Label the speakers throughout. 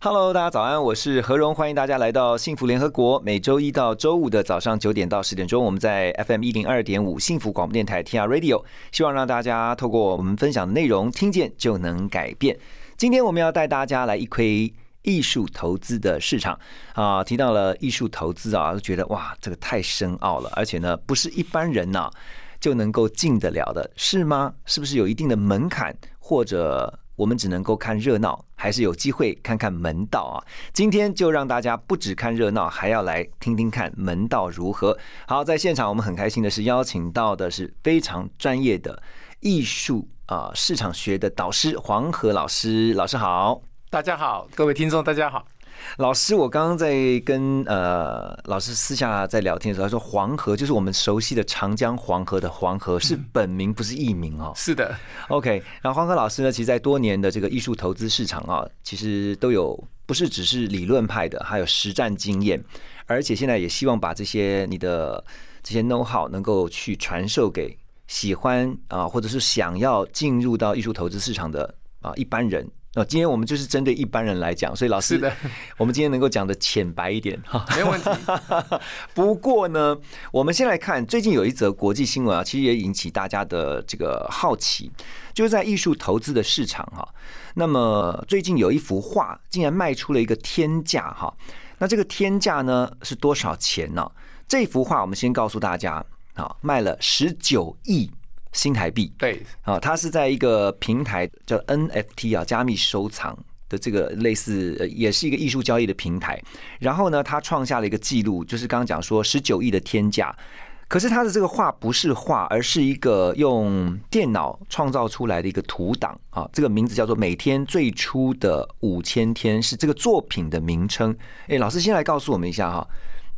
Speaker 1: Hello，大家早安，我是何荣，欢迎大家来到幸福联合国。每周一到周五的早上九点到十点钟，我们在 FM 一零二点五幸福广播电台 TR Radio，希望让大家透过我们分享的内容，听见就能改变。今天我们要带大家来一窥。艺术投资的市场啊，提到了艺术投资啊，就觉得哇，这个太深奥了，而且呢，不是一般人呐、就能够进得了的，是吗？是不是有一定的门槛，或者我们只能够看热闹，还是有机会看看门道啊？今天就让大家不只看热闹，还要来听听看门道如何。好，在现场我们很开心的是邀请到的是非常专业的艺术啊、市场学的导师黄河老师，老师好。
Speaker 2: 大家好，各位听众，大家好。
Speaker 1: 老师，我刚刚在跟呃老师私下在聊天的时候，他说黄河就是我们熟悉的长江黄河的黄河是本名，不是艺名哦。
Speaker 2: 是 的，
Speaker 1: OK，然后黄河老师呢，其实在多年的这个艺术投资市场啊，其实都有不是只是理论派的，还有实战经验，而且现在也希望把这些你的这些 know how 能够去传授给喜欢啊，或者是想要进入到艺术投资市场的啊一般人。啊，今天我们就是针对一般人来讲，所以老师，
Speaker 2: 是的，
Speaker 1: 我们今天能够讲的浅白一点哈。
Speaker 2: 没有问题。
Speaker 1: 不过呢，我们先来看最近有一则国际新闻啊，其实也引起大家的这个好奇，就是在艺术投资的市场哈、那么最近有一幅画竟然卖出了一个天价哈、那这个天价呢是多少钱呢、这幅画我们先告诉大家啊、卖了十九亿新台币。
Speaker 2: 对，
Speaker 1: 啊，它是在一个平台叫 NFT 啊，加密收藏的这个类似，呃也是一个艺术交易的平台。然后呢，它创下了一个记录，就是刚刚讲说十九亿的天价。可是它的这个画不是画，而是一个用电脑创造出来的一个图档啊，这个名字叫做《每天最初的五千天》，是这个作品的名称。哎，老师先来告诉我们一下哈、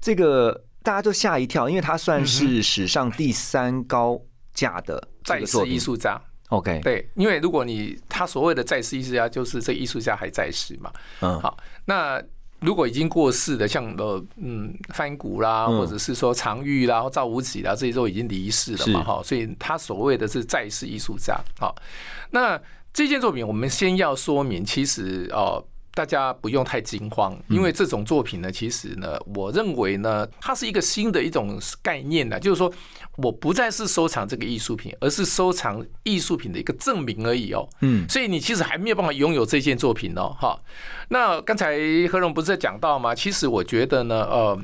Speaker 1: 这个大家都吓一跳，因为它算是史上第三高价的这
Speaker 2: 在
Speaker 1: 个作
Speaker 2: 世
Speaker 1: 品
Speaker 2: 艺术家，
Speaker 1: OK，
Speaker 2: 对，因为如果你他所谓的在世艺术家，就是这艺术家还在世嘛。
Speaker 1: 嗯
Speaker 2: 好，那如果已经过世的，像呃嗯范谷啦，
Speaker 1: 嗯
Speaker 2: 或者是说常玉啦、赵无极啦，这些都已经离世了
Speaker 1: 是
Speaker 2: 嘛，哈，所以他所谓的是在世艺术家。好，那这件作品我们先要说明，其实哦。呃大家不用太惊慌，
Speaker 1: 嗯
Speaker 2: 因为这种作品呢，其实呢，我认为呢，它是一个新的一种概念呢，就是说，我不再是收藏这个艺术品，而是收藏艺术品的一个证明而已哦。
Speaker 1: 嗯
Speaker 2: 所以你其实还没有办法拥有这件作品哦，哈。那刚才何荣不是在讲到吗？其实我觉得呢，呃，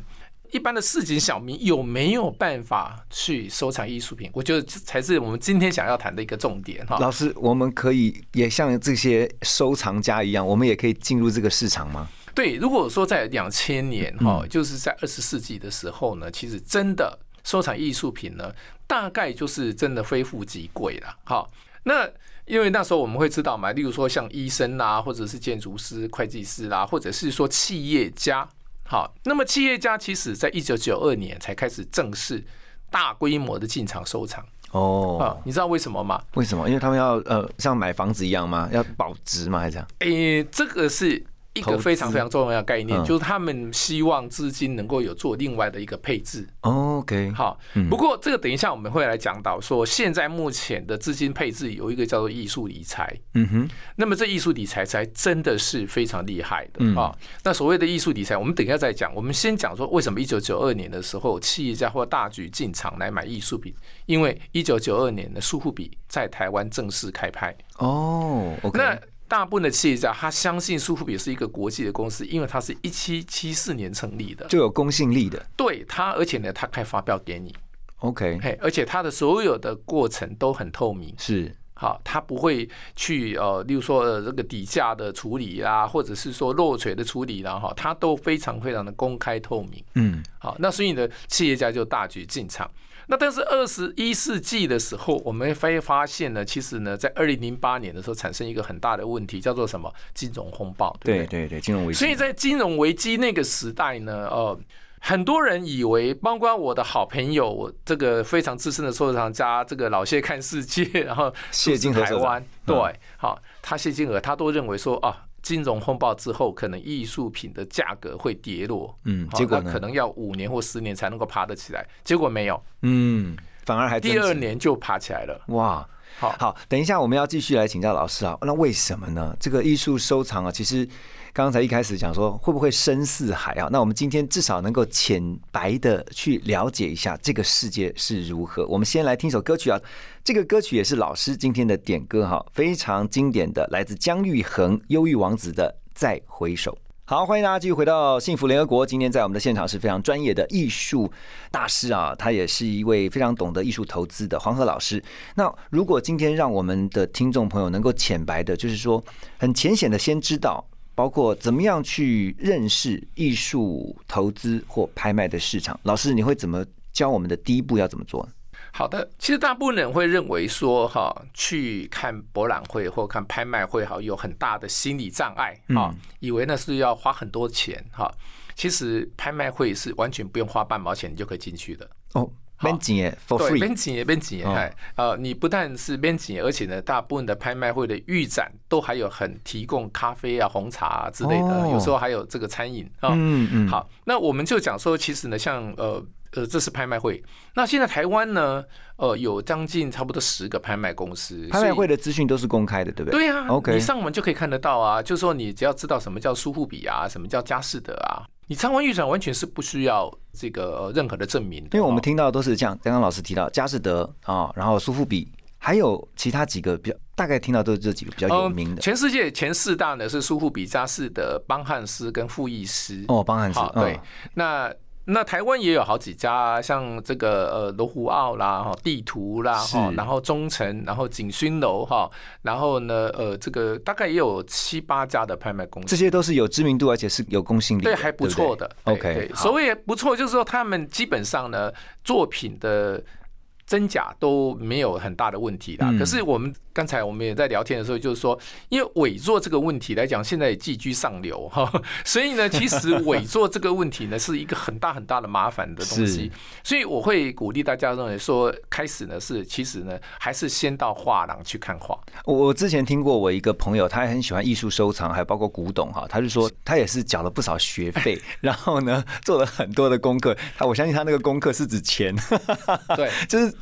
Speaker 2: 一般的市井小民有没有办法去收藏艺术品？我觉得这才是我们今天想要谈的一个重点哈。
Speaker 1: 老师，我们可以也像这些收藏家一样，我们也可以进入这个市场吗？
Speaker 2: 对，如果说在两千年哈，就是在二十世纪的时候呢，其实真的收藏艺术品呢，大概就是真的非富即贵了。哈，那因为那时候我们会知道嘛，例如说像医生啦、或者是建筑师、会计师啦、或者是说企业家。好，那么企业家其实在一九九二年才开始正式大规模的进场收藏啊
Speaker 1: 哦，，
Speaker 2: 你知道为什么吗？
Speaker 1: 为什么？因为他们要呃，像买房子一样吗？要保值吗？还是这样？
Speaker 2: 诶，这个是一
Speaker 1: 投
Speaker 2: 个非常
Speaker 1: 资
Speaker 2: 非常重要的概念，
Speaker 1: 嗯
Speaker 2: 就是他们希望资金能够有做另外的一个配置。
Speaker 1: OK，，
Speaker 2: 好，不过这个等一下我们会来讲到，说现在目前的资金配置有一个叫做艺术理财，
Speaker 1: 嗯哼，
Speaker 2: 那么这艺术理财才真的是非常厉害的啊、那所谓的艺术理财，我们等一下再讲，我们先讲说为什么一九九二年的时候企业家或大举进场来买艺术品，因为一九九二年的苏富比在台湾正式开拍。
Speaker 1: 哦，OK，
Speaker 2: 那大部分的企业家，他相信苏富比是一个国际的公司，因为它是一七七四年成立的，
Speaker 1: 就有公信力的。
Speaker 2: 对它，而且呢，它开发票给你，
Speaker 1: OK，
Speaker 2: 嘿，而且它的所有的过程都很透明，
Speaker 1: 是，
Speaker 2: 好，它不会去呃，例如说呃这个底价的处理啦，或者是说漏水的处理啦，哈，它都非常非常的公开透明。
Speaker 1: 嗯
Speaker 2: 好，那所以呢，企业家就大举进场。那但是二十一世纪的时候，我们会发现呢，其实呢，在二零零八年的时候产生一个很大的问题，叫做什么金融风暴，对不
Speaker 1: 对对对，金融危机。
Speaker 2: 所以在金融危机那个时代呢，呃，很多人以为，包括我的好朋友，我这个非常资深的收藏家，这个老谢看世界，然后
Speaker 1: 谢金河
Speaker 2: 台湾，
Speaker 1: 收
Speaker 2: 对
Speaker 1: 藏嗯，
Speaker 2: 好、他谢金河，他都认为说啊。金融风暴之后，可能艺术品的价格会跌落，
Speaker 1: 嗯
Speaker 2: 好
Speaker 1: 结果呢
Speaker 2: 那可能要五年或十年才能够爬得起来，结果没有，
Speaker 1: 嗯，反而还增
Speaker 2: 第二
Speaker 1: 值
Speaker 2: 年就爬起来了。
Speaker 1: 哇。
Speaker 2: 好
Speaker 1: 好，等一下我们要继续来请教老师啊。那为什么呢？这个艺术收藏啊，其实刚才一开始讲说会不会深似海啊？那我们今天至少能够浅白的去了解一下这个世界是如何。我们先来听首歌曲啊，这个歌曲也是老师今天的点歌哈、非常经典的，来自姜育恒《忧郁王子》的《再回首》。好，欢迎大家继续回到幸福联合国。今天在我们的现场是非常专业的艺术大师啊，他也是一位非常懂得艺术投资的黄河老师。那如果今天让我们的听众朋友能够浅白的，就是说很浅显的先知道，包括怎么样去认识艺术投资或拍卖的市场，老师你会怎么教我们的第一步要怎么做？
Speaker 2: 好的，其实大部分人会认为说哈，去看博览会或看拍卖会哈，有很大的心理障碍哈，
Speaker 1: 嗯
Speaker 2: 以为那是要花很多钱哈。其实拍卖会是完全不用花半毛钱你就可以进去的，
Speaker 1: 哦，
Speaker 2: 好
Speaker 1: 门禁耶，for
Speaker 2: 对，边
Speaker 1: free，
Speaker 2: 景也边景也，
Speaker 1: 哦
Speaker 2: 哎，呃，你不但是边景，而且呢，大部分的拍卖会的预展都还有很提供咖啡啊、红茶啊之类的，
Speaker 1: 哦
Speaker 2: 有时候还有这个餐饮啊。
Speaker 1: 嗯嗯
Speaker 2: 好，那我们就讲说，其实呢，像呃呃，这是拍卖会。那现在台湾呢，呃，有将近差不多十个拍卖公司，
Speaker 1: 拍卖会
Speaker 2: 的。
Speaker 1: 的资讯都是公开的，对不对？
Speaker 2: 对啊
Speaker 1: OK
Speaker 2: 你上网就可以看得到啊。就是说，你只要知道什么叫苏富比啊，什么叫佳士得啊，你参观预展完全是不需要这个呃任何的证明的哦。
Speaker 1: 因为我们听到的都是这样，刚刚老师提到佳士得啊、然后苏富比，还有其他几个比较大概听到都是这几个比较有名
Speaker 2: 嗯
Speaker 1: 的、
Speaker 2: 全世界前四大呢是苏富比、佳士得、邦汉斯跟富艺斯。
Speaker 1: 哦，邦汉斯
Speaker 2: 好，，对，那那台湾也有好几家，像这个呃罗湖澳啦、哈地图啦、
Speaker 1: 是
Speaker 2: 哈，然后中诚，然后景勋楼哈，然后呢呃这个大概也有七八家的拍卖公司。
Speaker 1: 这些都是有知名度而且是有公信力的，
Speaker 2: 对，还不
Speaker 1: 对
Speaker 2: 错的。
Speaker 1: 对
Speaker 2: 对
Speaker 1: OK，
Speaker 2: 对
Speaker 1: 好
Speaker 2: 所谓不错，就是说他们基本上呢，作品的真假都没有很大的问题啦。
Speaker 1: 嗯
Speaker 2: 可是我们刚才我们也在聊天的时候，就是说，因为伪作这个问题来讲，现在也寄居上流 哈，所以呢，其实伪作这个问题呢，是一个很大很大的麻烦的东
Speaker 1: 是
Speaker 2: 西。所以我会鼓励大家认为说，开始呢是其实呢，还是先到画廊去看 画。
Speaker 1: 我我之前听过我一个朋友，他也很喜欢艺术收藏，还有包括古董哈。他就说他也是缴了不少学费， 然后呢做了很多的功课。他我相信他那个功课是指钱，
Speaker 2: 对，
Speaker 1: 就是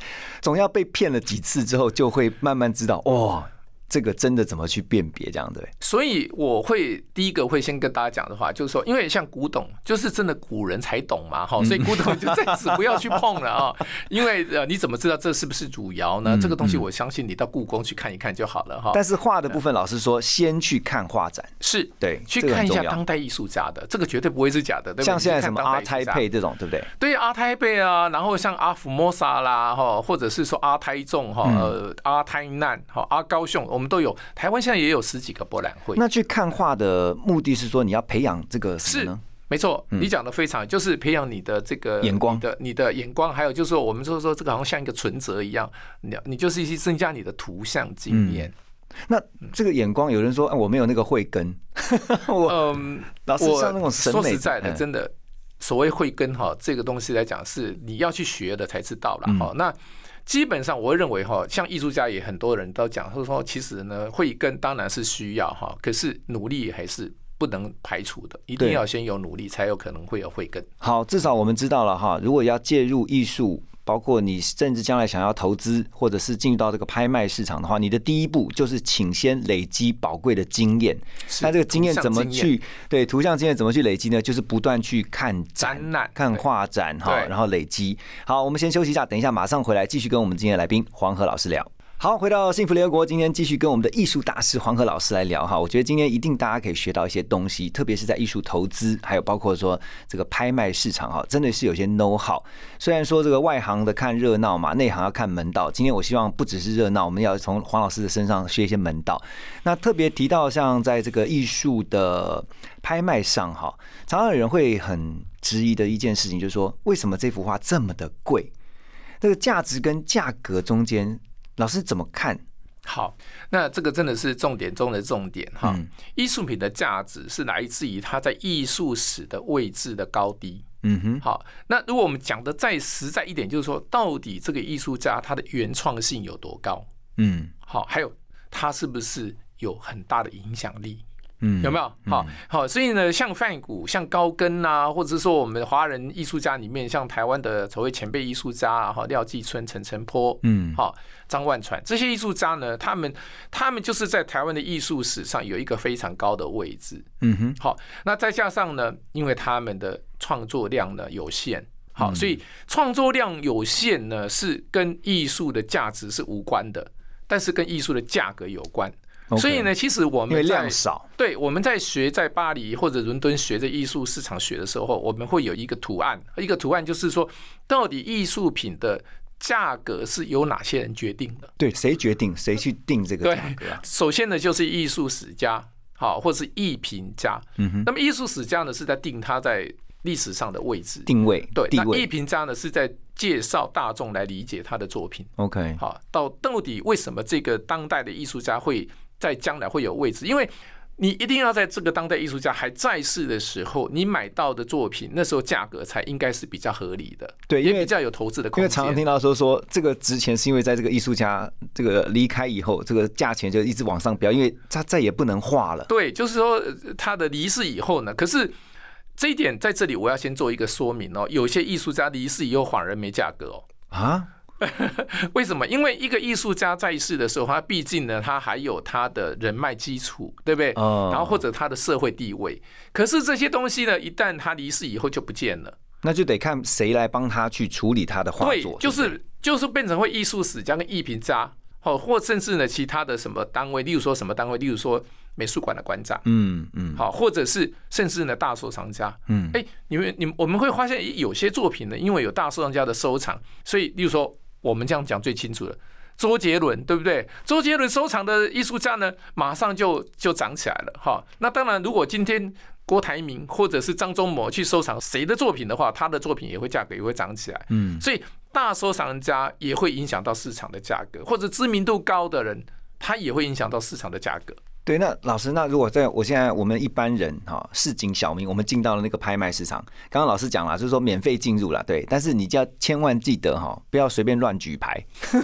Speaker 1: 总要被骗了几次之后，就会慢慢知道哦，这个真的怎么去辨别这样对。
Speaker 2: 所以我会第一个会先跟大家讲的话，就是说，因为像古董，就是真的古人才懂嘛，
Speaker 1: 嗯
Speaker 2: 哈，所以古董就暂时不要去碰了啊、 因为呃，你怎么知道这是不是汝窑呢？这个东西我相信你到故宫去看一看就好了哈。
Speaker 1: 嗯但是画的部分，老师说先去看画展，
Speaker 2: 是
Speaker 1: 对
Speaker 2: 去
Speaker 1: 这个很
Speaker 2: 看一
Speaker 1: 重
Speaker 2: 下
Speaker 1: 要
Speaker 2: 当代艺术家的，这个绝对不会是假的，对吧？
Speaker 1: 像现在什么阿
Speaker 2: 阿
Speaker 1: 泰
Speaker 2: 泰
Speaker 1: 配这种，对不对？
Speaker 2: 对阿泰贝啊，然后像阿福莫萨啦，哈，或者是说阿泰仲
Speaker 1: 嗯
Speaker 2: 哈，呃，阿泰难哈，阿高雄，我们都有。台湾现在也有十几个博览会。
Speaker 1: 那去看画的目的是说你要培养这个什么
Speaker 2: 是
Speaker 1: 呢？
Speaker 2: 没错，你讲的非常，就是培养你的这个
Speaker 1: 嗯眼光
Speaker 2: 你的你的眼光，还有就是说，我们就是说这个好像像一个存折一样，你你就是去增加你的图像经验。
Speaker 1: 那这个眼光，有人说、啊、我没有那个慧根，我
Speaker 2: 嗯，
Speaker 1: 老师啊像那种审美
Speaker 2: 说实在的，
Speaker 1: 嗯
Speaker 2: 真的，所谓慧根哈，这个东西来讲是你要去学的才知道了
Speaker 1: 嗯
Speaker 2: 哈。那基本上，我会认为哈，像艺术家也很多人都讲，就是说其实呢，慧根当然是需要哈，可是努力还是不能排除的，一定
Speaker 1: 对
Speaker 2: 要先有努力，才有可能会有慧根。
Speaker 1: 好，至少我们知道了哈。如果要介入艺术，包括你甚至将来想要投资，或者是进入到这个拍卖市场的话，你的第一步就是请先累积宝贵的经验。
Speaker 2: 是
Speaker 1: 那这个经验怎么？
Speaker 2: 图像
Speaker 1: 去对图像经验怎么去累积呢？就是不断去看展
Speaker 2: 展览
Speaker 1: 看
Speaker 2: 对
Speaker 1: 画展哈，
Speaker 2: 对
Speaker 1: 然后累积。好，我们先休息一下，等一下马上回来继续跟我们今天的来宾黄河老师聊。好，回到幸福联合国，今天继续跟我们的艺术大师黄河老师来聊哈。我觉得今天一定大家可以学到一些东西，特别是在艺术投资，还有包括说这个拍卖市场哈，真的是有些 know how。虽然说这个外行的看热闹嘛，内行要看门道。今天我希望不只是热闹，我们要从黄老师的身上学一些门道。那特别提到像在这个艺术的拍卖上哈，常常有人会很质疑的一件事情，就是说为什么这幅画这么的贵？那个价值跟价格中间，老师怎么看？
Speaker 2: 好，那这个真的是重点中的重点哈
Speaker 1: 嗯。
Speaker 2: 艺术品的价值是来自于它在艺术史的位置的高低。
Speaker 1: 嗯哼，
Speaker 2: 好，那如果我们讲的再实在一点，就是说，到底这个艺术家他的原创性有多高？
Speaker 1: 嗯
Speaker 2: 好，还有他是不是有很大的影响力？
Speaker 1: 嗯，
Speaker 2: 有没有？好好，所以呢，像范谷、像高更啊，或者是说我们华人艺术家里面，像台湾的所谓前辈艺术家啊，哈，廖继春、陈澄波，
Speaker 1: 嗯
Speaker 2: 好，张万传这些艺术家呢，他们他们就是在台湾的艺术史上有一个非常高的位置。
Speaker 1: 嗯哼，
Speaker 2: 好，那再加上呢，因为他们的创作量呢有限，
Speaker 1: 嗯
Speaker 2: 好，所以创作量有限呢是跟艺术的价值是无关的，但是跟艺术的价格有关。
Speaker 1: OK
Speaker 2: 所以呢，其实我
Speaker 1: 因为
Speaker 2: 们在
Speaker 1: 量少，
Speaker 2: 对我们在学在巴黎或者伦敦学这艺术市场学的时候，我们会有一个图案，一个图案就是说，到底艺术品的价格是由哪些人决定的？
Speaker 1: 对，谁决定谁去定这个
Speaker 2: 对
Speaker 1: 价格啊？
Speaker 2: 首先呢，就是艺术史家，好，或是艺评家。嗯、那么艺术史家呢，是在定他在历史上的位置。
Speaker 1: 定位
Speaker 2: 对，
Speaker 1: 地
Speaker 2: 那艺
Speaker 1: 位
Speaker 2: 评家呢，是在介绍大众来理解他的作品。
Speaker 1: ，OK，
Speaker 2: 好，到到底为什么这个当代的艺术家会在将来会有位置？因为你一定要在这个当代艺术家还在世的时候，你买到的作品，那时候价格才应该是比较合理的，
Speaker 1: 对
Speaker 2: 也
Speaker 1: 因为
Speaker 2: 比较有投资的空
Speaker 1: 因
Speaker 2: 间。
Speaker 1: 为常常听到说说这个值钱是因为在这个艺术家这个离开以后，这个价钱就一直往上飙，因为他再也不能画了。
Speaker 2: 对，就是说呃他的离世以后呢，可是这一点在这里我要先做一个说明哦。有些艺术家离世以后反而没价格哦，
Speaker 1: 啊，
Speaker 2: 为什么？因为一个艺术家在世的时候，他毕竟呢，他还有他的人脉基础，对不对？
Speaker 1: 哦
Speaker 2: 然后或者他的社会地位。可是这些东西呢，一旦他离世以后就不见了。
Speaker 1: 那就得看谁来帮他去处理他的画
Speaker 2: 对
Speaker 1: 作，，
Speaker 2: 就
Speaker 1: 对不对
Speaker 2: 是就是变成会艺术史家跟艺评家，哦，或甚至呢其他的什么单位，例如说什么单位，例如说美术馆的馆长。
Speaker 1: 嗯嗯，
Speaker 2: 好，或者是甚至呢大收藏家，
Speaker 1: 嗯
Speaker 2: 哎、你们你们我们会发现有些作品呢，因为有大收藏家的收藏，所以例如说我们这样讲最清楚了。周杰伦对不对？周杰伦收藏的艺术家呢，马上就就涨起来了哈。那当然，如果今天郭台铭或者是张忠谋去收藏谁的作品的话，他的作品也会价格也会涨起来。
Speaker 1: 嗯，
Speaker 2: 所以大收藏家也会影响到市场的价格，或者知名度高的人，他也会影响到市场的价格。
Speaker 1: 对。那老师，那如果在我现在我们一般人哈，市井小民，我们进到了那个拍卖市场，刚刚老师讲了，就是说免费进入了，对。但是你就要千万记得哈，不要随便乱举牌，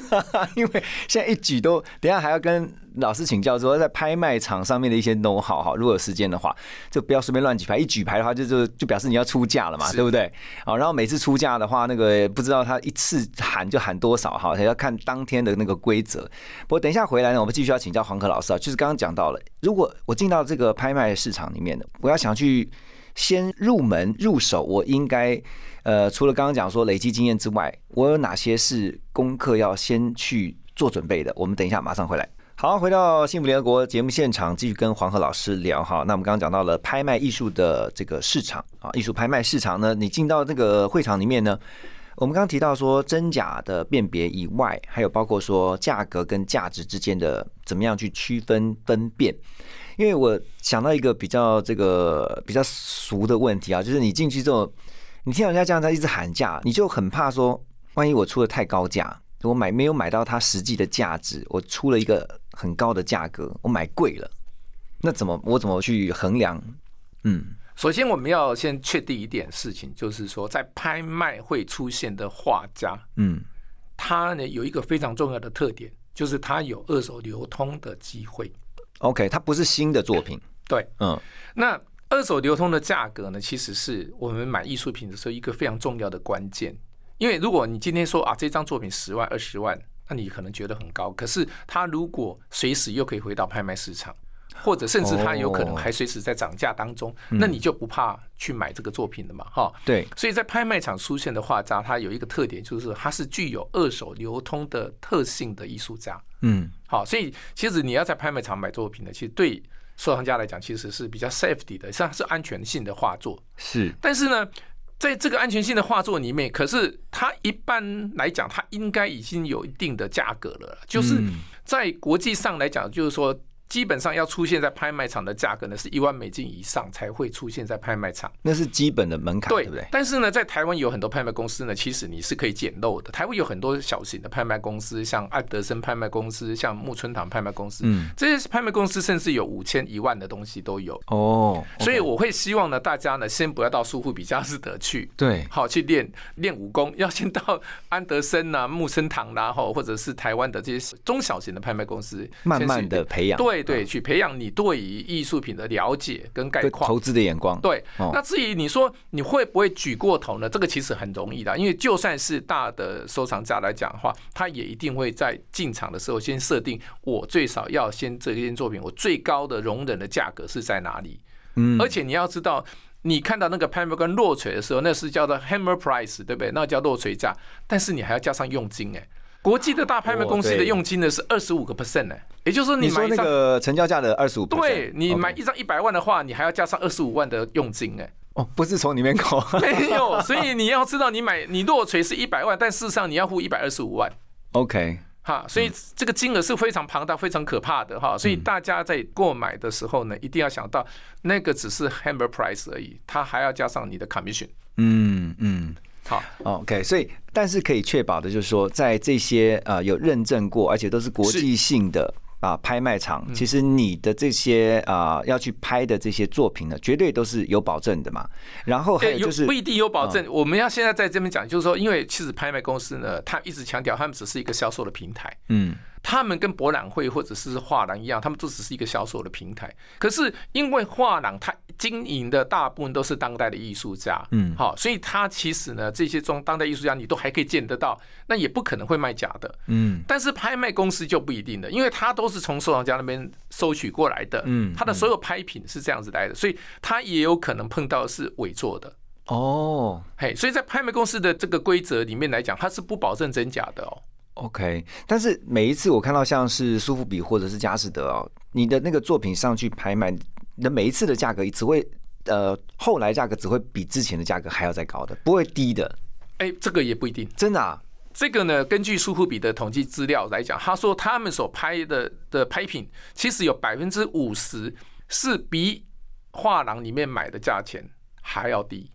Speaker 1: 因为现在一举都，等一下还要跟老师请教说，在拍卖场上面的一些 know how 哈，如果有时间的话，就不要随便乱举牌。一举牌的话就，就就表示你要出价了嘛，
Speaker 2: 是
Speaker 1: 对不对？好，然后每次出价的话，那个不知道他一次喊就喊多少哈，还要看当天的那个规则。不过等一下回来呢，我们继续要请教黄可老师啊，就是刚刚讲到了，如果我进到这个拍卖市场里面呢，我要想去。先入门入手，我应该，呃，除了刚刚讲说累积经验之外，我有哪些是功课要先去做准备的？我们等一下马上回来。好，回到幸福联合国节目现场，继续跟黄河老师聊哈。那我们刚刚讲到了拍卖艺术的这个市场啊，艺术拍卖市场呢，你进到这个会场里面呢，我们刚刚提到说真假的辨别以外，还有包括说价格跟价值之间的怎么样去区分分辨。因为我想到一个比较这个比较俗的问题啊，就是你进去之后，你听到人家这样在一直喊价，你就很怕说，万一我出的太高价，我买没有买到它实际的价值，我出了一个很高的价格，我买贵了，那怎么我怎么去衡量？嗯
Speaker 2: 首先，我们要先确定一点事情，就是说，在拍卖会出现的画家，
Speaker 1: 嗯
Speaker 2: 他呢有一个非常重要的特点，就是他有二手流通的机会。
Speaker 1: ，OK，它不是新的作品，
Speaker 2: 对，
Speaker 1: 嗯
Speaker 2: 那二手流通的价格呢，其实是我们买艺术品的时候一个非常重要的关键。因为如果你今天说啊，这张作品十万、二十万，那你可能觉得很高，可是它如果随时又可以回到拍卖市场，或者甚至它有可能还随时在涨价当中，那你就不怕去买这个作品了嘛，哈。
Speaker 1: 对，
Speaker 2: 所以在拍卖场出现的画家，他有一个特点，就是他是具有二手流通的特性的艺术家。
Speaker 1: 嗯
Speaker 2: 好，所以其实你要在拍卖场买作品呢，其实对收藏家来讲，其实是比较 safety 的，像是安全性的画作。
Speaker 1: 是，
Speaker 2: 但是呢，在这个安全性的画作里面，可是它一般来讲，它应该已经有一定的价格了啦，就是在国际上来讲，就是说基本上要出现在拍卖场的价格呢，是一万美金以上才会出现在拍卖场。
Speaker 1: 那是基本的门槛，对不对？
Speaker 2: 但是呢，在台湾有很多拍卖公司呢，其实你是可以捡漏的。台湾有很多小型的拍卖公司，像艾德森拍卖公司，像木村堂拍卖公司，
Speaker 1: 嗯，
Speaker 2: 这些拍卖公司甚至有五千、一万的东西都有。
Speaker 1: 哦，
Speaker 2: 所以
Speaker 1: OK
Speaker 2: 我会希望呢，大家呢先不要到苏富比、佳士得去，
Speaker 1: 对
Speaker 2: 好去练练武功，要先到安德森呐、木森堂啦，吼，或者是台湾的这些中小型的拍卖公司，
Speaker 1: 慢
Speaker 2: 先去
Speaker 1: 慢的培养
Speaker 2: 对对，去培养你对于艺术品的了解跟概
Speaker 1: 对
Speaker 2: 况。
Speaker 1: 投资的眼光，
Speaker 2: 对，
Speaker 1: 哦
Speaker 2: 那至于你说你会不会举过头呢？这个其实很容易的，因为就算是大的收藏家来讲的话，他也一定会在进场的时候先设定，我最少要先这件作品，我最高的容忍的价格是在哪里？
Speaker 1: 嗯
Speaker 2: 而且你要知道，你看到那个 Pamper 跟落锤的时候，那是叫做 Hammer Price，对不对？那叫落锤价，但是你还要加上佣金哎、国际的大拍卖公司
Speaker 1: 哦
Speaker 2: 的
Speaker 1: 对
Speaker 2: 佣金呢是二十五个 percent 哎，也就是说
Speaker 1: 你
Speaker 2: 你买
Speaker 1: 说
Speaker 2: 一
Speaker 1: 那
Speaker 2: 张
Speaker 1: 个成交价的二十五，
Speaker 2: 对你买
Speaker 1: OK
Speaker 2: 一张一百万的话，你还要加上二十五万的佣金哎、
Speaker 1: 哦，不是从里面扣，
Speaker 2: 没有，所以你要知道，你买你落锤是一百万，但事实上你要付一百二十五万。
Speaker 1: OK，
Speaker 2: 哈，所以这个金额是非常庞大、非常可怕的
Speaker 1: 嗯
Speaker 2: 哈，所以大家在购买的时候呢，一定要想到那个只是 hammer price 而已，它还要加上你的 commission。
Speaker 1: 嗯嗯。
Speaker 2: 好，
Speaker 1: OK，所以但是可以确保的就是说，在这些呃有认证过，而且都是国际性的啊、拍卖场，
Speaker 2: 嗯
Speaker 1: 其实你的这些啊、要去拍的这些作品呢，绝对都是有保证的嘛。然后还
Speaker 2: 对，
Speaker 1: 有
Speaker 2: 有
Speaker 1: 就是嗯
Speaker 2: 不一定有保证。我们要现在在这边讲，就是说，因为其实拍卖公司呢，他一直强调他们只是一个销售的平台，
Speaker 1: 嗯
Speaker 2: 他们跟博览会或者是画廊一样，他们都只是一个销售的平台。可是因为画廊它经营的大部分都是当代的艺术家，
Speaker 1: 嗯
Speaker 2: 好，所以它其实呢，这些中当代艺术家你都还可以见得到，那也不可能会卖假的。
Speaker 1: 嗯
Speaker 2: 但是拍卖公司就不一定了，因为它都是从收藏家那边收取过来的，
Speaker 1: 嗯
Speaker 2: 它的所有拍品是这样子来的，所以它也有可能碰到是伪作的。
Speaker 1: 哦
Speaker 2: 嘿，所以在拍卖公司的这个规则里面来讲，它是不保证真假的哦。
Speaker 1: OK，但是每一次我看到像是苏富比或者是佳士得哦，你的那个作品上去拍卖，你的每一次的价格只会呃后来价格只会比之前的价格还要再高的，不会低的，
Speaker 2: 哎，这个也不一定。
Speaker 1: 真的、啊。
Speaker 2: 这个呢，根据苏富比的统计资料来讲，他说他们所拍的的拍品，其实有百分之五十是比画廊里面买的价钱还要低，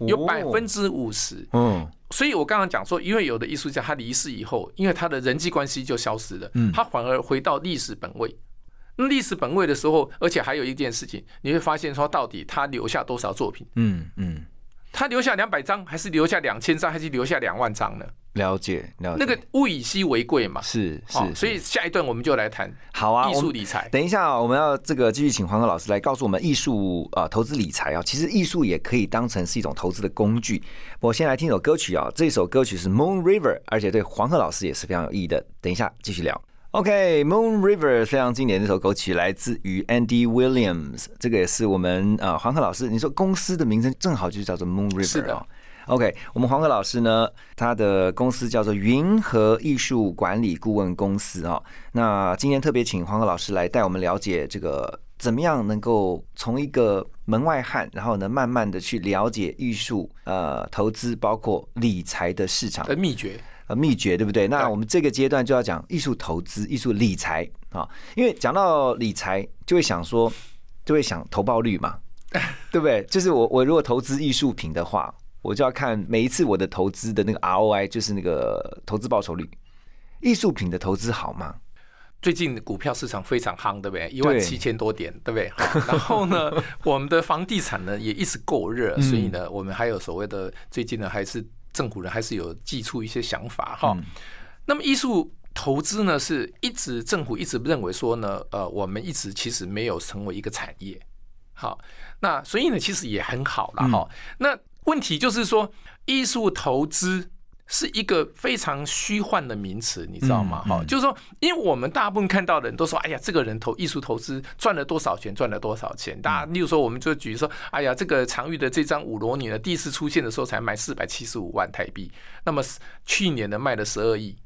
Speaker 2: 有
Speaker 1: 哦
Speaker 2: 百分之五十。
Speaker 1: 嗯
Speaker 2: 所以我刚刚讲说，因为有的艺术家他离世以后，因为他的人际关系就消失了，他反而回到历史本位。那历史本位的时候，而且还有一件事情，你会发现说，到底他留下多少作品？
Speaker 1: 嗯嗯，
Speaker 2: 他留下两百张，还是留下两千张，还是留下两万张呢？
Speaker 1: 了解了解。
Speaker 2: 那个物以稀为贵嘛，
Speaker 1: 是是、
Speaker 2: 好，哦所以下一段我们就来谈
Speaker 1: 好啊，
Speaker 2: 艺
Speaker 1: 我
Speaker 2: 术
Speaker 1: 们
Speaker 2: 理财。
Speaker 1: 等一下啊，我们要这个继续请黄河老师来告诉我们艺术啊、呃投资理财啊，其实艺术也可以当成是一种投资的工具。我先来听一首歌曲啊，这首歌曲是 Moon River，而且对黄河老师也是非常有意义的。等一下继续聊。OK，Moon、River 非常经典的这首歌曲来自于 Andy Williams，这个也是我们啊、呃黄河老师，你说公司的名称正好就叫做 Moon River
Speaker 2: 是的
Speaker 1: 哦 OK，我们黄河老师呢，他的公司叫做云和艺术管理顾问公司啊、哦。那今天特别请黄河老师来带我们了解这个怎么样能够从一个门外汉，然后呢，慢慢的去了解艺术、呃，投资包括理财的市场
Speaker 2: 的秘诀，
Speaker 1: 呃秘诀，对不对？那
Speaker 2: 对
Speaker 1: 我们这个阶段就要讲艺术投资、艺术理财啊，因为讲到理财，就会想说，就会想投报率嘛，对不对？就是我我如果投资艺术品的话，我就要看每一次我的投资的那个 ROI，就是那个投资报酬率。艺术品的投资好吗？
Speaker 2: 最近股票市场非常夯，对不对？一万七千多点，对不对？ 然后呢，我们的房地产呢也一直够
Speaker 1: 嗯
Speaker 2: 热，所以呢，我们还有所谓的最近呢，还是政府人还是有寄出一些想法
Speaker 1: 嗯
Speaker 2: 哈。那么艺术投资呢，是一直政府一直认为说呢，呃，我们一直其实没有成为一个产业，好，那所以呢，其实也很好
Speaker 1: 嗯
Speaker 2: 了哈、那问题就是说，艺术投资是一个非常虚幻的名词，你知道
Speaker 1: 嗯
Speaker 2: 吗？哈、就是说，因为我们大部分看到的人都说，哎呀，这个人投艺术投资赚了多少钱，赚了多少钱。大
Speaker 1: 嗯
Speaker 2: 家，例如说，我们就举说，哎呀，这个常玉的这张五罗尼呢，第一次出现的时候才卖四百七十五万台币，那么去年呢卖了十二亿。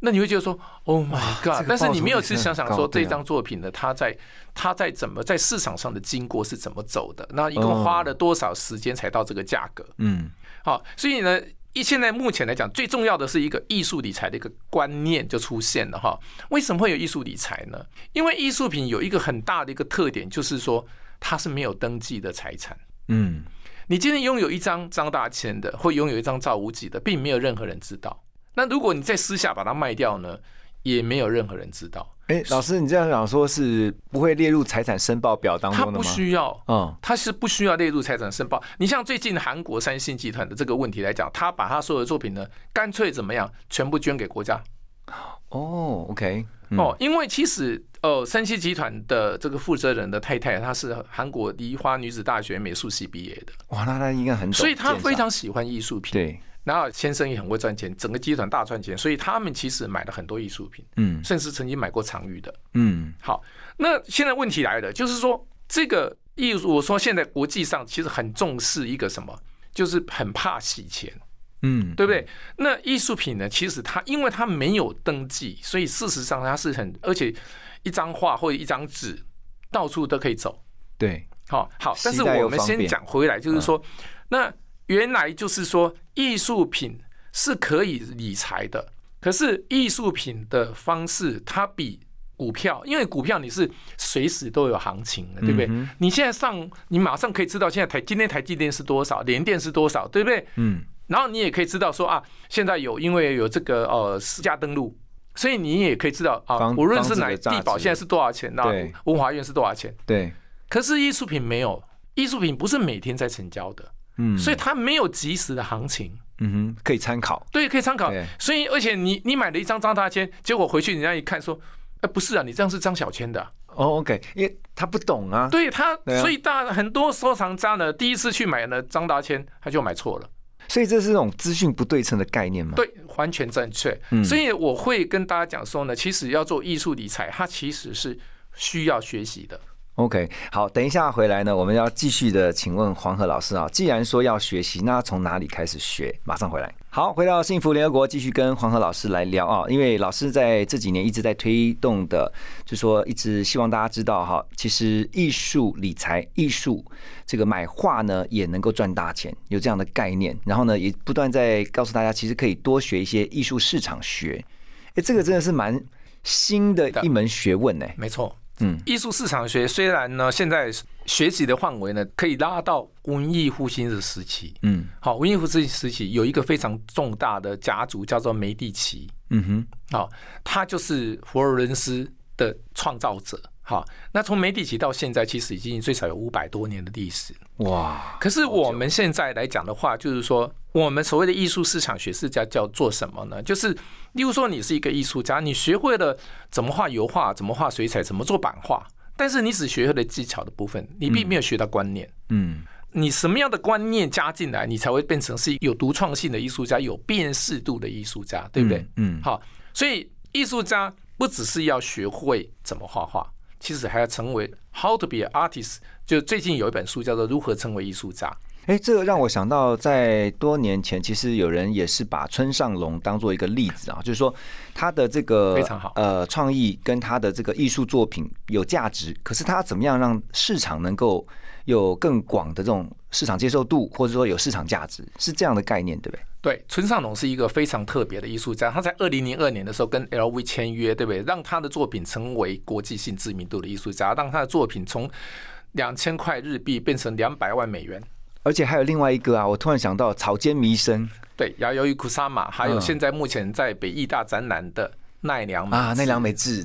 Speaker 2: 那你会觉得说，Oh my
Speaker 1: 这
Speaker 2: God！
Speaker 1: 个
Speaker 2: 但是你没有
Speaker 1: 报
Speaker 2: 去
Speaker 1: 酬率真的
Speaker 2: 想想
Speaker 1: 很高
Speaker 2: 说
Speaker 1: 对
Speaker 2: 这
Speaker 1: 啊
Speaker 2: 张作品呢，它在它在怎么在市场上的经过是怎么走的？那一共花了多少时间才到这个价格？
Speaker 1: 嗯
Speaker 2: 好，所以呢，一现在目前来讲，最重要的是一个艺术理财的一个观念就出现了哈。为什么会有艺术理财呢？因为艺术品有一个很大的一个特点，就是说它是没有登记的财产。
Speaker 1: 嗯，
Speaker 2: 你今天拥有一张张大千的，或拥有一张赵无极的，并没有任何人知道。那如果你在私下把它卖掉呢，也没有任何人知道。
Speaker 1: 哎、老师，你这样讲说是不会列入财产申报表当
Speaker 2: 它
Speaker 1: 中的
Speaker 2: 不
Speaker 1: 吗？
Speaker 2: 需要，
Speaker 1: 嗯，
Speaker 2: 它是不需要列入财产申报。你像最近韩国三星集团的这个问题来讲，他把他所有的作品呢，干脆怎么样，全部捐给国家
Speaker 1: 哦，OK，嗯
Speaker 2: 哦，，因为其实呃，三星集团的这个负责人的太太，她是韩国梨花女子大学美术系毕业的，
Speaker 1: 哇，那他应该很懂鉴赏，
Speaker 2: 所以她非常喜欢艺术品。
Speaker 1: 对，
Speaker 2: 然后先生也很会赚钱，整个集团大赚钱，所以他们其实买了很多艺术品，
Speaker 1: 嗯
Speaker 2: 甚至曾经买过长鱼的。
Speaker 1: 嗯
Speaker 2: 好，那现在问题来了，就是说这个艺术，我说现在国际上其实很重视一个什么，就是很怕洗钱，
Speaker 1: 嗯，
Speaker 2: 对不对？那艺术品呢，其实它因为它没有登记，所以事实上它是很，而且一张画或者一张纸到处都可以走。
Speaker 1: 对，
Speaker 2: 好、好，但是
Speaker 1: 携带又
Speaker 2: 我们
Speaker 1: 方
Speaker 2: 先
Speaker 1: 便嗯
Speaker 2: 讲回来，就是说，那原来就是说，艺术品是可以理财的，可是艺术品的方式它比股票，因为股票你是随时都有行情的，对不对？
Speaker 1: 嗯哼
Speaker 2: 你现在上，你马上可以知道现在台今天台积电是多少，联电是多少，对不对？
Speaker 1: 嗯
Speaker 2: 然后你也可以知道说啊，现在有因为有这个呃私家登录，所以你也可以知道啊，
Speaker 1: 房
Speaker 2: 无论是
Speaker 1: 房子的
Speaker 2: 哪
Speaker 1: 价
Speaker 2: 地保
Speaker 1: 值
Speaker 2: 现在是多少钱，那
Speaker 1: 对
Speaker 2: 文华院是多少钱。
Speaker 1: 对，
Speaker 2: 可是艺术品没有，艺术品不是每天在成交的，
Speaker 1: 嗯，
Speaker 2: 所以它没有及时的行情。
Speaker 1: 嗯哼，可以参考，
Speaker 2: 对，可以参考
Speaker 1: 对。
Speaker 2: 所以，而且你你买了一张张大千，结果回去人家一看说，哎、不是啊，你这样是张小千的啊、
Speaker 1: 哦，OK，因为他不懂啊，
Speaker 2: 对他，
Speaker 1: 对啊
Speaker 2: 所以大很多收藏家呢，第一次去买呢张大千，他就买错了。
Speaker 1: 所以这是一种资讯不对称的概念嘛，
Speaker 2: 对，完全正确。
Speaker 1: 嗯
Speaker 2: 所以我会跟大家讲说呢，其实要做艺术理财，它其实是需要学习的。
Speaker 1: OK，好，等一下回来呢，我们要继续的，请问黄河老师啊，既然说要学习，那从哪里开始学？马上回来。好，回到幸福联合国，继续跟黄河老师来聊啊，因为老师在这几年一直在推动的，就说一直希望大家知道哈，其实艺术理财、艺术这个买画呢也能够赚大钱，有这样的概念，然后呢也不断在告诉大家，其实可以多学一些艺术市场学，哎，这个真的是蛮新的一门学问呢、
Speaker 2: 没错，
Speaker 1: 嗯，
Speaker 2: 艺术市场学虽然呢，现在学习的范围呢，可以拉到文艺复兴的时期。
Speaker 1: 嗯
Speaker 2: 好，文艺复兴时期有一个非常重大的家族叫做梅第奇，
Speaker 1: 嗯哼，
Speaker 2: 好，他就是佛罗伦斯的创造者。好，那从梅第奇到现在，其实已经最少有五百多年的历史。
Speaker 1: 哇。
Speaker 2: 可是我们现在来讲的话，就是说，我们所谓的艺术市场学是叫叫做什么呢？就是，例如说，你是一个艺术家，你学会了怎么画油画、怎么画水彩、怎么做版画，但是你只学会了技巧的部分，你并没有学到观念。
Speaker 1: 嗯
Speaker 2: 你什么样的观念加进来，你才会变成是有独创性的艺术家、有辨识度的艺术家，对不对？
Speaker 1: 嗯，
Speaker 2: 好，所以艺术家不只是要学会怎么画画，其实还要成为 How to be an artist。就最近有一本书叫做《如何成为艺术家》。
Speaker 1: 哎、这个让我想到，在多年前，其实有人也是把村上隆当做一个例子啊，就是说他的这个
Speaker 2: 非常好
Speaker 1: 呃创意跟他的这个艺术作品有价值，可是他怎么样让市场能够有更广的这种市场接受度，或者说有市场价值，是这样的概念，对不对？
Speaker 2: 对，村上隆是一个非常特别的艺术家，他在二零零二年的时候跟 LV 签约，对不对？让他的作品成为国际性知名度的艺术家，让他的作品从两千块日币变成两百万美元。
Speaker 1: 而且还有另外一个啊，我突然想到草间弥生
Speaker 2: 对，然后由于库萨马，还有
Speaker 1: 嗯
Speaker 2: 现在目前在北艺大展览的奈良美
Speaker 1: 啊，
Speaker 2: 智
Speaker 1: 奈良美智，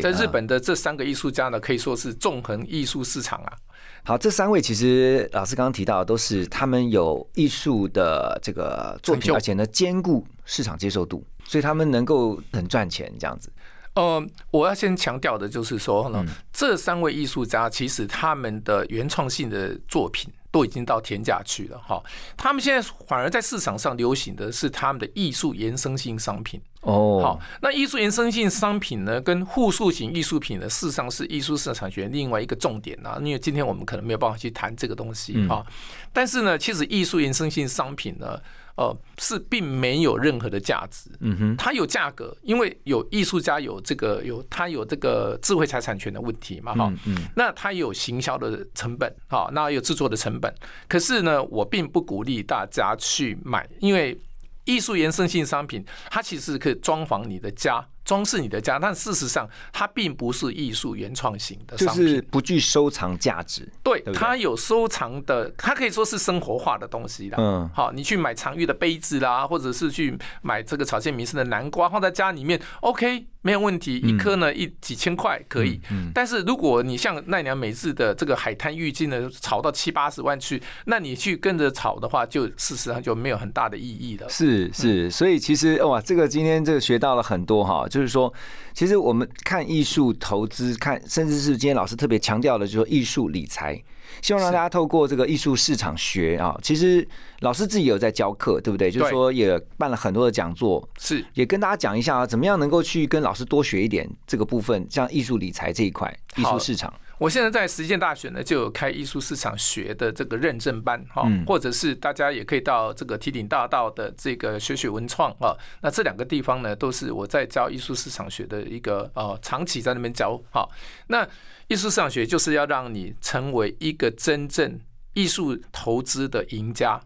Speaker 2: 嗯在日
Speaker 1: 啊
Speaker 2: 本的这三个艺术家呢，可以说是纵横艺术市场啊。
Speaker 1: 好，这三位其实老师刚刚提到，都是他们有艺术的这个作
Speaker 2: 成
Speaker 1: 品，
Speaker 2: 就
Speaker 1: 而且呢兼顾市场接受度，所以他们能够很赚钱这样子。
Speaker 2: 呃，我要先强调的就是说呢，这三位艺术家其实他们的原创性的作品都已经到天价去了哈。他们现在反而在市场上流行的是他们的艺术延伸性商品。
Speaker 1: 哦，
Speaker 2: 好，，那艺术延伸性商品呢，跟互诉型艺术品呢，事实上是艺术市场学另外一个重点啊。因为今天我们可能没有办法去谈这个东西啊、但是呢，其实艺术延伸性商品呢，呃，是并没有任何的价值。
Speaker 1: 嗯哼，
Speaker 2: 它有价格，因为有艺术家有这个有他有这个智慧财产权的问题嘛哈、
Speaker 1: 嗯嗯
Speaker 2: 那它有行销的成本哈，那有制作的成本。可是呢，我并不鼓励大家去买，因为艺术延伸性商品，它其实可以装潢你的家，装饰你的家，但事实上它并不是艺术原创型的
Speaker 1: 就
Speaker 2: 商品。
Speaker 1: 是不具收藏价值。
Speaker 2: 对
Speaker 1: 对不对
Speaker 2: 它有收藏的，它可以说是生活化的东西啦。
Speaker 1: 嗯
Speaker 2: 好，你去买常玉的杯子啦，或者是去买这个朝鲜名胜的南瓜，放在家里面，OK，没有问
Speaker 1: 嗯
Speaker 2: 题。一颗呢一几千块可以，但是如果你像奈良美智的这个海滩浴巾呢，炒到七八十万去，那你去跟着炒的话，就事实上就没有很大的意义了。
Speaker 1: 是是，所以其实哇，这个今天这个学到了很多哈，就是说，其实我们看艺术投资，看甚至是今天老师特别强调的，就是说艺术理财，希望让
Speaker 2: 是
Speaker 1: 大家透过这个艺术市场学啊，其实老师自己有在教课，对不对？就是说也办了很多的讲座，
Speaker 2: 是
Speaker 1: 也跟大家讲一下啊，怎么样能够去跟老师多学一点这个部分，像艺术理财这一块，艺术
Speaker 2: 好
Speaker 1: 市场，
Speaker 2: 我现在在实践大学呢，就有开艺术市场学的这个认证班哈，
Speaker 1: 嗯
Speaker 2: 或者是大家也可以到这个提鼎大道的这个学学文创啊。那这两个地方呢，都是我在教艺术市场学的一个呃长期在那边教哈。那艺术市场学就是要让你成为一个真正艺术投资的赢家，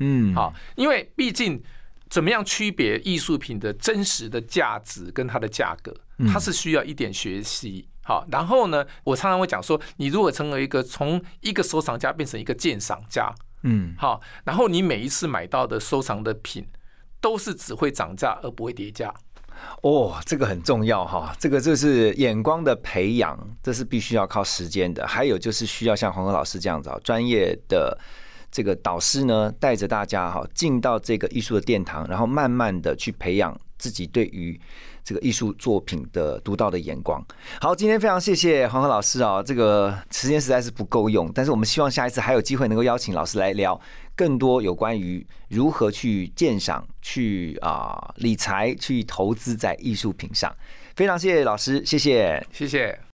Speaker 1: 嗯，
Speaker 2: 好，因为毕竟怎么样区别艺术品的真实的价值跟它的价格，它是需要一点学习。好，然后呢，我常常会讲说，你如果成为一个从一个收藏家变成一个鉴赏家，
Speaker 1: 嗯，
Speaker 2: 好，然后你每一次买到的收藏的品都是只会涨价而不会跌价。
Speaker 1: 哦，这个很重要哈，这个就是眼光的培养，这是必须要靠时间的。还有就是需要像黄河老师这样子啊，专业的这个导师呢，带着大家哈进到这个艺术的殿堂，然后慢慢的去培养自己对于这个艺术作品的独到的眼光。好，今天非常谢谢黄河老师啊，这个时间实在是不够用，但是我们希望下一次还有机会能够邀请老师来聊更多有关于如何去鉴赏、去啊、理财、去投资在艺术品上。非常谢谢老师，谢谢。
Speaker 2: 谢谢。